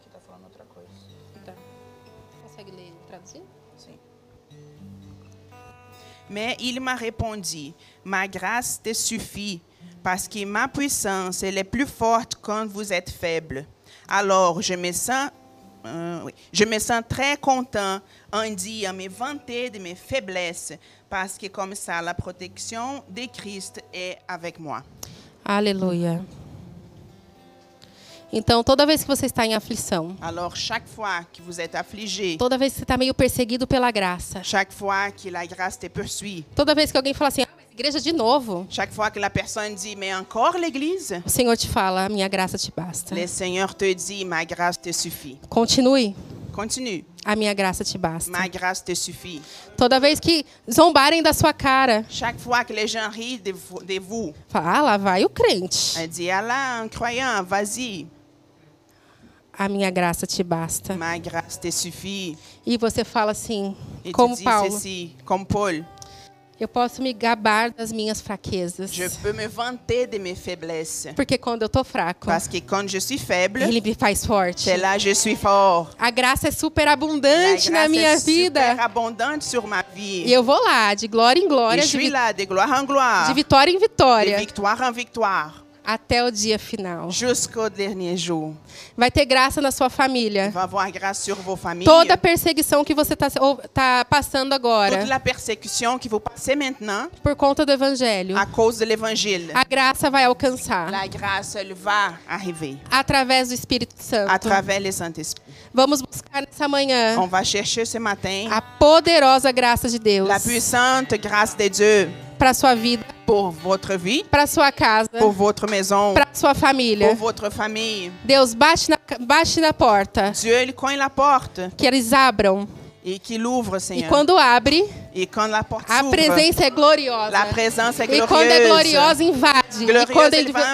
Speaker 3: Aqui tá falando outra coisa.
Speaker 1: Tá. Consegue ler traduzir?
Speaker 3: Sim.
Speaker 2: Mais il m'a répondu, ma grâce te suffit, parce que ma puissance, elle est plus forte quand vous êtes faible. Alors, je me sens, euh, oui, je me sens très content en dit, à me vanter de mes faiblesses, parce que comme ça, la protection de Christ est avec moi.
Speaker 1: Aleluia. Então, toda vez que você está em aflição,
Speaker 2: Alors, chaque fois que vous êtes affligé,
Speaker 1: toda vez que você está meio perseguido pela graça,
Speaker 2: chaque fois que la grâce te poursuit,
Speaker 1: toda vez que alguém fala assim, ah, mas igreja de novo,
Speaker 2: chaque fois que la personne dit, mais encore l'Église,
Speaker 1: o Senhor te fala, minha graça te basta.
Speaker 2: le Seigneur te dit, ma grâce te suffit.
Speaker 1: Continue,
Speaker 2: Continue,
Speaker 1: a minha graça te basta.
Speaker 2: ma grâce te suffit.
Speaker 1: Toda vez que zombarem da sua cara,
Speaker 2: Chaque fois que les gens rient de vous, de vous,
Speaker 1: fala, ah, lá vai o crente,
Speaker 2: elle dit, ah là, un croyant, vas-y,
Speaker 1: a minha graça te basta.
Speaker 2: ma grâce te suffit.
Speaker 1: E você fala assim,
Speaker 2: Et tu
Speaker 1: como
Speaker 2: dis
Speaker 1: Paulo,
Speaker 2: ceci, comme Paul,
Speaker 1: eu posso me gabar das minhas fraquezas,
Speaker 2: je peux me vanter de mes faiblesses.
Speaker 1: porque quando eu tô fraco,
Speaker 2: Parce que quand je suis faible,
Speaker 1: ele me faz forte.
Speaker 2: c'est là je suis fort.
Speaker 1: A graça é
Speaker 2: La
Speaker 1: superabundante na
Speaker 2: grâce
Speaker 1: minha
Speaker 2: est
Speaker 1: vida.
Speaker 2: super abondante sur ma vie.
Speaker 1: E eu vou lá, de glória em
Speaker 2: Et
Speaker 1: glória,
Speaker 2: je
Speaker 1: de,
Speaker 2: suis
Speaker 1: vi-
Speaker 2: là de gloire en gloire,
Speaker 1: de vitória em
Speaker 2: de
Speaker 1: vitória,
Speaker 2: victoire en victoire,
Speaker 1: até o dia final.
Speaker 2: jusqu'au dernier jour.
Speaker 1: Vai ter graça na sua
Speaker 2: Il
Speaker 1: família.
Speaker 2: va avoir grâce sur vos familles.
Speaker 1: Toda a perseguição que você está tá passando agora
Speaker 2: Toute la persécution que vous passez maintenant
Speaker 1: por conta do evangelho,
Speaker 2: à cause de l'évangile,
Speaker 1: a graça vai alcançar
Speaker 2: la grâce, elle va arriver
Speaker 1: através do Espírito
Speaker 2: à
Speaker 1: Santo.
Speaker 2: travers le Saint-Esprit.
Speaker 1: Vamos buscar nessa manhã
Speaker 2: On va chercher ce matin
Speaker 1: a poderosa graça de Deus
Speaker 2: la puissante grâce de Dieu
Speaker 1: para sua vida,
Speaker 2: pour votre vie,
Speaker 1: para sua casa,
Speaker 2: pour votre maison,
Speaker 1: para sua família.
Speaker 2: pour votre famille.
Speaker 1: Deus bate na, bate na porta,
Speaker 2: Dieu, il cogne la porte
Speaker 1: que eles abram.
Speaker 2: et qu'il ouvre,
Speaker 1: E
Speaker 2: Seigneur.
Speaker 1: quando abre,
Speaker 2: Et quand la porte
Speaker 1: a
Speaker 2: s'ouvre,
Speaker 1: presença é gloriosa.
Speaker 2: la présence est
Speaker 1: E quando é
Speaker 2: glorieuse.
Speaker 1: gloriosa, invade. e,
Speaker 2: Gloriosa,
Speaker 1: quando
Speaker 2: ele
Speaker 1: inv-
Speaker 2: vai
Speaker 1: e-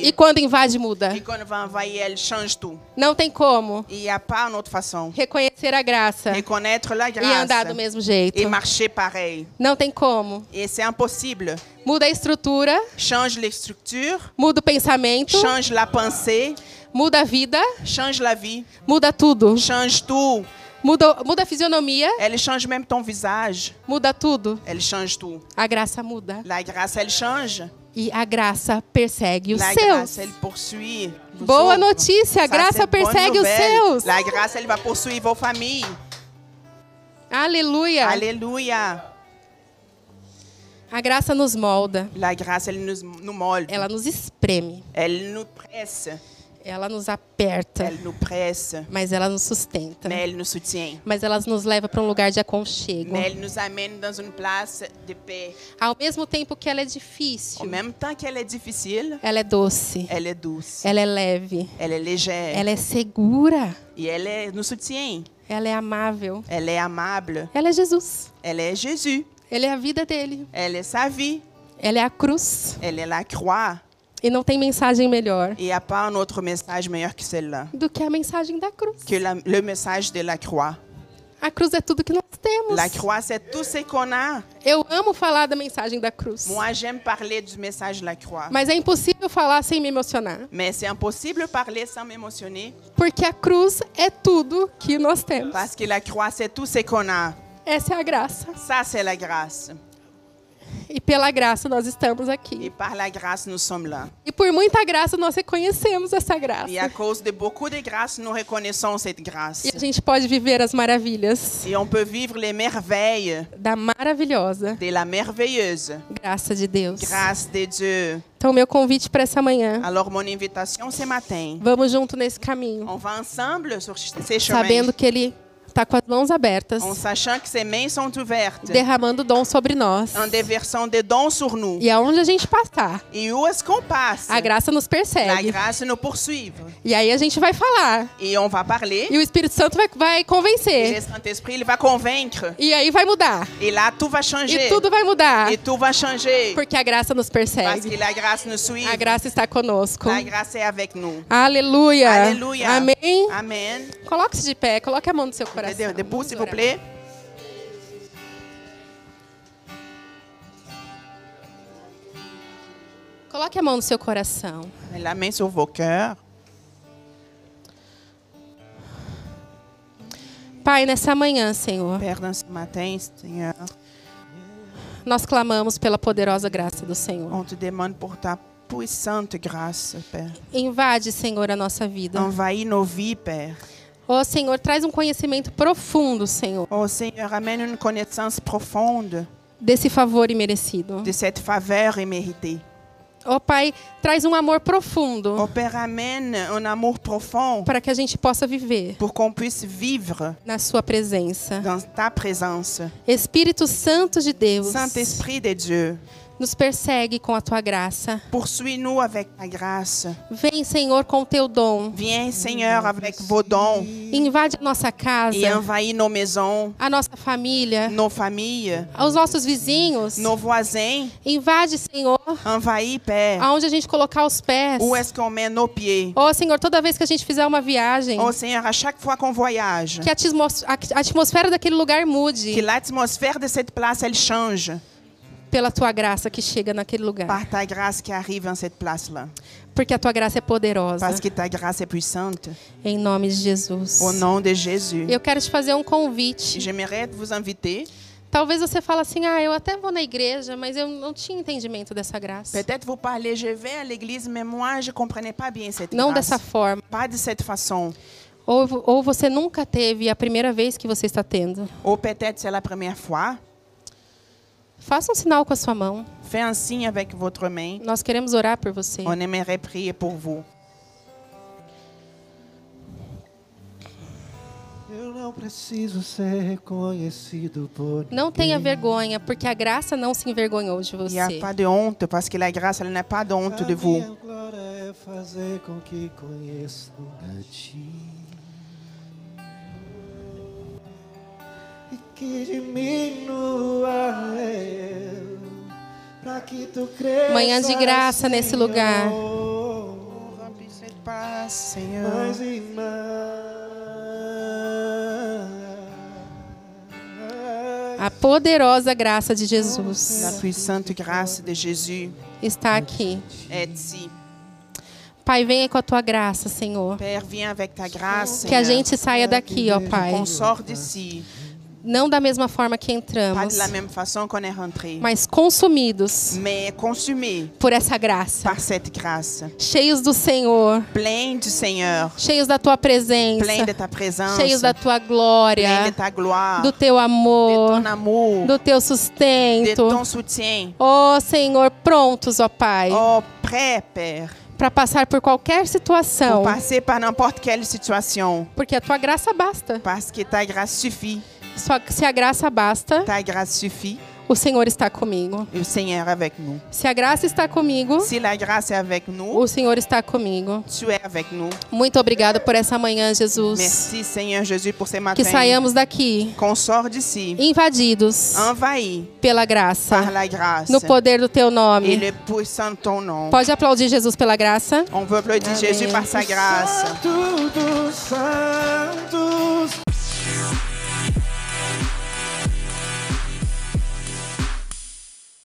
Speaker 2: invair.
Speaker 1: e quando invade, muda.
Speaker 2: Et qu'on va envahir, elle change tout.
Speaker 1: Não tem como
Speaker 2: Il n'y a pas une autre façon.
Speaker 1: reconhecer a graça
Speaker 2: Et connaître la
Speaker 1: e andar do
Speaker 2: grâce
Speaker 1: mesmo jeito.
Speaker 2: et marcher pareil.
Speaker 1: Não tem como.
Speaker 2: Et c'est impossible.
Speaker 1: Muda a estrutura,
Speaker 2: Change les structures,
Speaker 1: muda o pensamento,
Speaker 2: change la pensée,
Speaker 1: muda a vida,
Speaker 2: change la vie,
Speaker 1: muda tudo.
Speaker 2: change tout.
Speaker 1: Muda, muda a fisionomia,
Speaker 2: Elle change même ton visage.
Speaker 1: muda tudo.
Speaker 2: Elle change tout.
Speaker 1: A graça muda.
Speaker 2: La grâce, elle change.
Speaker 1: E a graça persegue os
Speaker 2: La
Speaker 1: seus.
Speaker 2: grâce, elle poursuit. vous
Speaker 1: Boa
Speaker 2: autres.
Speaker 1: notícia, a
Speaker 2: Ça, c'est
Speaker 1: graça
Speaker 2: bonne
Speaker 1: persegue os
Speaker 2: nouvelle.
Speaker 1: seus.
Speaker 2: La grâce, elle va poursuivre vos familles.
Speaker 1: Aleluia.
Speaker 2: Alléluia.
Speaker 1: A graça nos molda,
Speaker 2: La grâce, elle nous, nous molde.
Speaker 1: ela nos espreme,
Speaker 2: Elle nous presse.
Speaker 1: ela nos aperta,
Speaker 2: Elle nous presse.
Speaker 1: mas ela nos sustenta.
Speaker 2: Mais elle nous soutient.
Speaker 1: Mas ela nos leva para um lugar de aconchego.
Speaker 2: Mais elle nous amène dans une place de paix.
Speaker 1: Ao mesmo tempo que ela é
Speaker 2: En
Speaker 1: difícil,
Speaker 2: même temps qu'elle est difficile,
Speaker 1: ela é doce,
Speaker 2: elle est douce.
Speaker 1: ela é leve,
Speaker 2: Elle est légère.
Speaker 1: ela é segura,
Speaker 2: Et elle est- nous soutient.
Speaker 1: ela é amável.
Speaker 2: Elle est amable.
Speaker 1: Ela é Jesus,
Speaker 2: Elle est Jésus.
Speaker 1: ela é a vida dele,
Speaker 2: Elle est sa vie.
Speaker 1: ela é a cruz.
Speaker 2: Elle est la croix.
Speaker 1: E não tem mensagem melhor
Speaker 2: Et il n'y a pas un autre message meilleur que celle-là.
Speaker 1: do que a mensagem da cruz.
Speaker 2: Que la- le message de la croix.
Speaker 1: A cruz é tudo que nós temos.
Speaker 2: La croix, c'est tout ce qu'on a.
Speaker 1: Eu amo falar da mensagem da cruz,
Speaker 2: Moi, j'aime parler du message de la croix.
Speaker 1: mas é impossível falar sem me emocionar,
Speaker 2: Mais c'est impossible de parler sans m'émotionner.
Speaker 1: porque a cruz é tudo que nós temos.
Speaker 2: Parce que la croix, c'est tout ce qu'on a.
Speaker 1: Essa é a graça,
Speaker 2: Ça, c'est la grâce.
Speaker 1: e pela graça nós estamos
Speaker 2: Et
Speaker 1: aqui.
Speaker 2: par la grâce, nous sommes là.
Speaker 1: E por muita graça nós reconhecemos essa graça.
Speaker 2: Et à cause de beaucoup de grâces, nous reconnaissons cette grâce.
Speaker 1: E a gente pode viver as maravilhas
Speaker 2: Et on peut vivre les merveilles
Speaker 1: da maravilhosa
Speaker 2: de la merveilleuse
Speaker 1: graça de Deus.
Speaker 2: grâce de Dieu.
Speaker 1: Então, meu convite para essa manhã,
Speaker 2: Alors, mon invitation ce matin,
Speaker 1: vamos junto nesse caminho,
Speaker 2: on va ensemble sur ces chemins,
Speaker 1: sabendo que Ele está com as mãos abertas,
Speaker 2: en sachant que ses mains sont ouvertes,
Speaker 1: derramando dom sobre nós.
Speaker 2: en déversant des dons sur nous.
Speaker 1: E aonde a gente passar,
Speaker 2: Et où est-ce qu'on passe
Speaker 1: a graça nos
Speaker 2: La
Speaker 1: persegue.
Speaker 2: grâce nous poursuit.
Speaker 1: E aí a gente vai falar.
Speaker 2: Et on va parler.
Speaker 1: E o Espírito Santo vai, vai
Speaker 2: Et
Speaker 1: convencer.
Speaker 2: le Saint-Esprit, il va convaincre.
Speaker 1: E aí vai mudar.
Speaker 2: Et là, tout va changer.
Speaker 1: E tudo vai mudar.
Speaker 2: Et tout va changer.
Speaker 1: Porque a graça nos
Speaker 2: Parce que
Speaker 1: persegue.
Speaker 2: la grâce nous suit.
Speaker 1: A graça está conosco.
Speaker 2: La grâce est avec nous.
Speaker 1: Aleluia.
Speaker 2: Alléluia.
Speaker 1: Amém.
Speaker 2: Amen.
Speaker 1: Coloque-se de pé, coloque a mão no seu coração.
Speaker 2: Debout, debout,
Speaker 1: Vamos
Speaker 2: s'il vous
Speaker 1: orar.
Speaker 2: plaît.
Speaker 1: Coloque a mão no seu coração.
Speaker 2: Mets la main sur vos cœurs.
Speaker 1: Pai, nessa manhã, Senhor,
Speaker 2: Père, dans ce matin, Seigneur,
Speaker 1: nós clamamos pela poderosa graça do Senhor.
Speaker 2: on te demande pour ta puissante grâce, Père.
Speaker 1: Invade, Senhor, a nossa vida.
Speaker 2: Envahis nos vies, Père.
Speaker 1: Ó Senhor, traz um conhecimento profundo, Senhor,
Speaker 2: Oh Seigneur, amène une connaissance profonde
Speaker 1: desse favor imerecido.
Speaker 2: de cette faveur imméritée.
Speaker 1: Ó Pai, traz um amor profundo
Speaker 2: Ô Père, amène un amour profond
Speaker 1: para que a gente possa viver
Speaker 2: pour qu'on puisse vivre
Speaker 1: na Sua presença.
Speaker 2: dans ta présence.
Speaker 1: Espírito Santo de Deus,
Speaker 2: Saint-Esprit de Dieu,
Speaker 1: nos persegue com a Tua graça.
Speaker 2: poursuis-nous avec ta grâce.
Speaker 1: Vem, Senhor, com o Teu dom.
Speaker 2: Viens, Seigneur, avec vos dons
Speaker 1: Invade a nossa casa,
Speaker 2: et envahis nos maisons,
Speaker 1: a nossa família,
Speaker 2: nos familles,
Speaker 1: aos nossos vizinhos.
Speaker 2: nos voisins.
Speaker 1: Invade, Senhor,
Speaker 2: Envahis, Père.
Speaker 1: aonde a gente colocar os pés.
Speaker 2: Où est-ce qu'on met nos pieds?
Speaker 1: Ó Senhor, toda vez que a gente fizer uma viagem,
Speaker 2: Oh Seigneur, à chaque fois qu'on voyage,
Speaker 1: que a atmos- a atmosfera daquele lugar
Speaker 2: que
Speaker 1: mude
Speaker 2: l'atmosphère de cette place, elle change
Speaker 1: pela Tua graça que chega naquele lugar.
Speaker 2: par ta grâce qui arrive dans cette place-là.
Speaker 1: Porque a Tua graça é poderosa.
Speaker 2: Parce que ta grâce est puissante.
Speaker 1: Em nome de Jesus.
Speaker 2: Au nom de Jésus.
Speaker 1: Eu quero te fazer um convite.
Speaker 2: J'aimerais vous inviter.
Speaker 1: Talvez você fale assim: ah, eu até vou na igreja, mas eu não tinha entendimento dessa graça.
Speaker 2: Peut-être vous parlez, je vais à l'église, mais moi, je ne comprenais pas bien cette
Speaker 1: Não
Speaker 2: grâce.
Speaker 1: dessa forma.
Speaker 2: Pas de cette façon.
Speaker 1: Ou, vo- ou você nunca teve e é a primeira vez que você está tendo.
Speaker 2: Ou Oh, peut-être c'est la première fois.
Speaker 1: Faça um sinal com a sua mão.
Speaker 2: Fais un signe avec votre main.
Speaker 1: Nós queremos orar por você.
Speaker 2: On aimerait prier pour vous.
Speaker 4: Eu não preciso ser reconhecido por
Speaker 1: Não tenha vergonha, porque a graça não se envergonhou de
Speaker 2: Il n'y a
Speaker 1: você.
Speaker 2: pas de honte parce que la grâce, elle n'a pas de honte de
Speaker 4: A
Speaker 2: vous.
Speaker 4: minha glória é fazer com que conheçam a ti. E que diminua é eu, pra que tu cresça.
Speaker 1: Manhã de graça nesse
Speaker 4: Senhor.
Speaker 1: lugar.
Speaker 2: Remplis cette place, Seigneur.
Speaker 4: Mais e mais.
Speaker 1: A poderosa graça de
Speaker 2: La
Speaker 1: Jesus
Speaker 2: puissante grâce de Jésus
Speaker 1: está aqui.
Speaker 2: est ici.
Speaker 1: Pai, venha com a tua graça, Senhor.
Speaker 2: Père, viens avec ta grâce.
Speaker 1: Que a
Speaker 2: Seigneur.
Speaker 1: gente saia daqui, ó Pai.
Speaker 2: On sort d'ici,
Speaker 1: Não da mesma forma que
Speaker 2: pas
Speaker 1: entramos,
Speaker 2: de la même façon qu'on est rentré,
Speaker 1: mas consumidos
Speaker 2: mais consumé
Speaker 1: por essa graça.
Speaker 2: par cette grâce.
Speaker 1: Cheios do Senhor,
Speaker 2: Plein du Seigneur,
Speaker 1: cheios da tua
Speaker 2: plein de
Speaker 1: presença,
Speaker 2: ta présence,
Speaker 1: cheios da tua glória,
Speaker 2: plein de ta gloire,
Speaker 1: do teu
Speaker 2: de
Speaker 1: amor,
Speaker 2: ton amour,
Speaker 1: do teu
Speaker 2: de
Speaker 1: sustento.
Speaker 2: ton soutien.
Speaker 1: Ó Senhor, prontos, ó Pai,
Speaker 2: Oh, prêt, Père,
Speaker 1: para passar por qualquer
Speaker 2: pour
Speaker 1: situação,
Speaker 2: passer par n'importe quelle situation,
Speaker 1: porque a tua graça basta.
Speaker 2: parce que ta grâce suffit.
Speaker 1: Só que se a graça basta,
Speaker 2: Ta grâce suffit,
Speaker 1: o Senhor está comigo.
Speaker 2: et le Seigneur est avec nous.
Speaker 1: Se a graça está comigo,
Speaker 2: Si la grâce est avec nous,
Speaker 1: o Senhor está comigo.
Speaker 2: tu es avec nous.
Speaker 1: Muito obrigado por essa manhã, Jesus.
Speaker 2: Merci, Seigneur Jésus, pour ces
Speaker 1: Que
Speaker 2: matins.
Speaker 1: saiamos daqui
Speaker 2: Qu'on sort d'ici,
Speaker 1: invadidos
Speaker 2: envahi
Speaker 1: pela
Speaker 2: par
Speaker 1: graça,
Speaker 2: la grâce
Speaker 1: no poder do teu
Speaker 2: et
Speaker 1: nome.
Speaker 2: le puissant de ton nom.
Speaker 1: Pode aplaudir Jesus pela graça?
Speaker 2: On veut applaudir Jésus par sa grâce.
Speaker 4: Santo dos santos.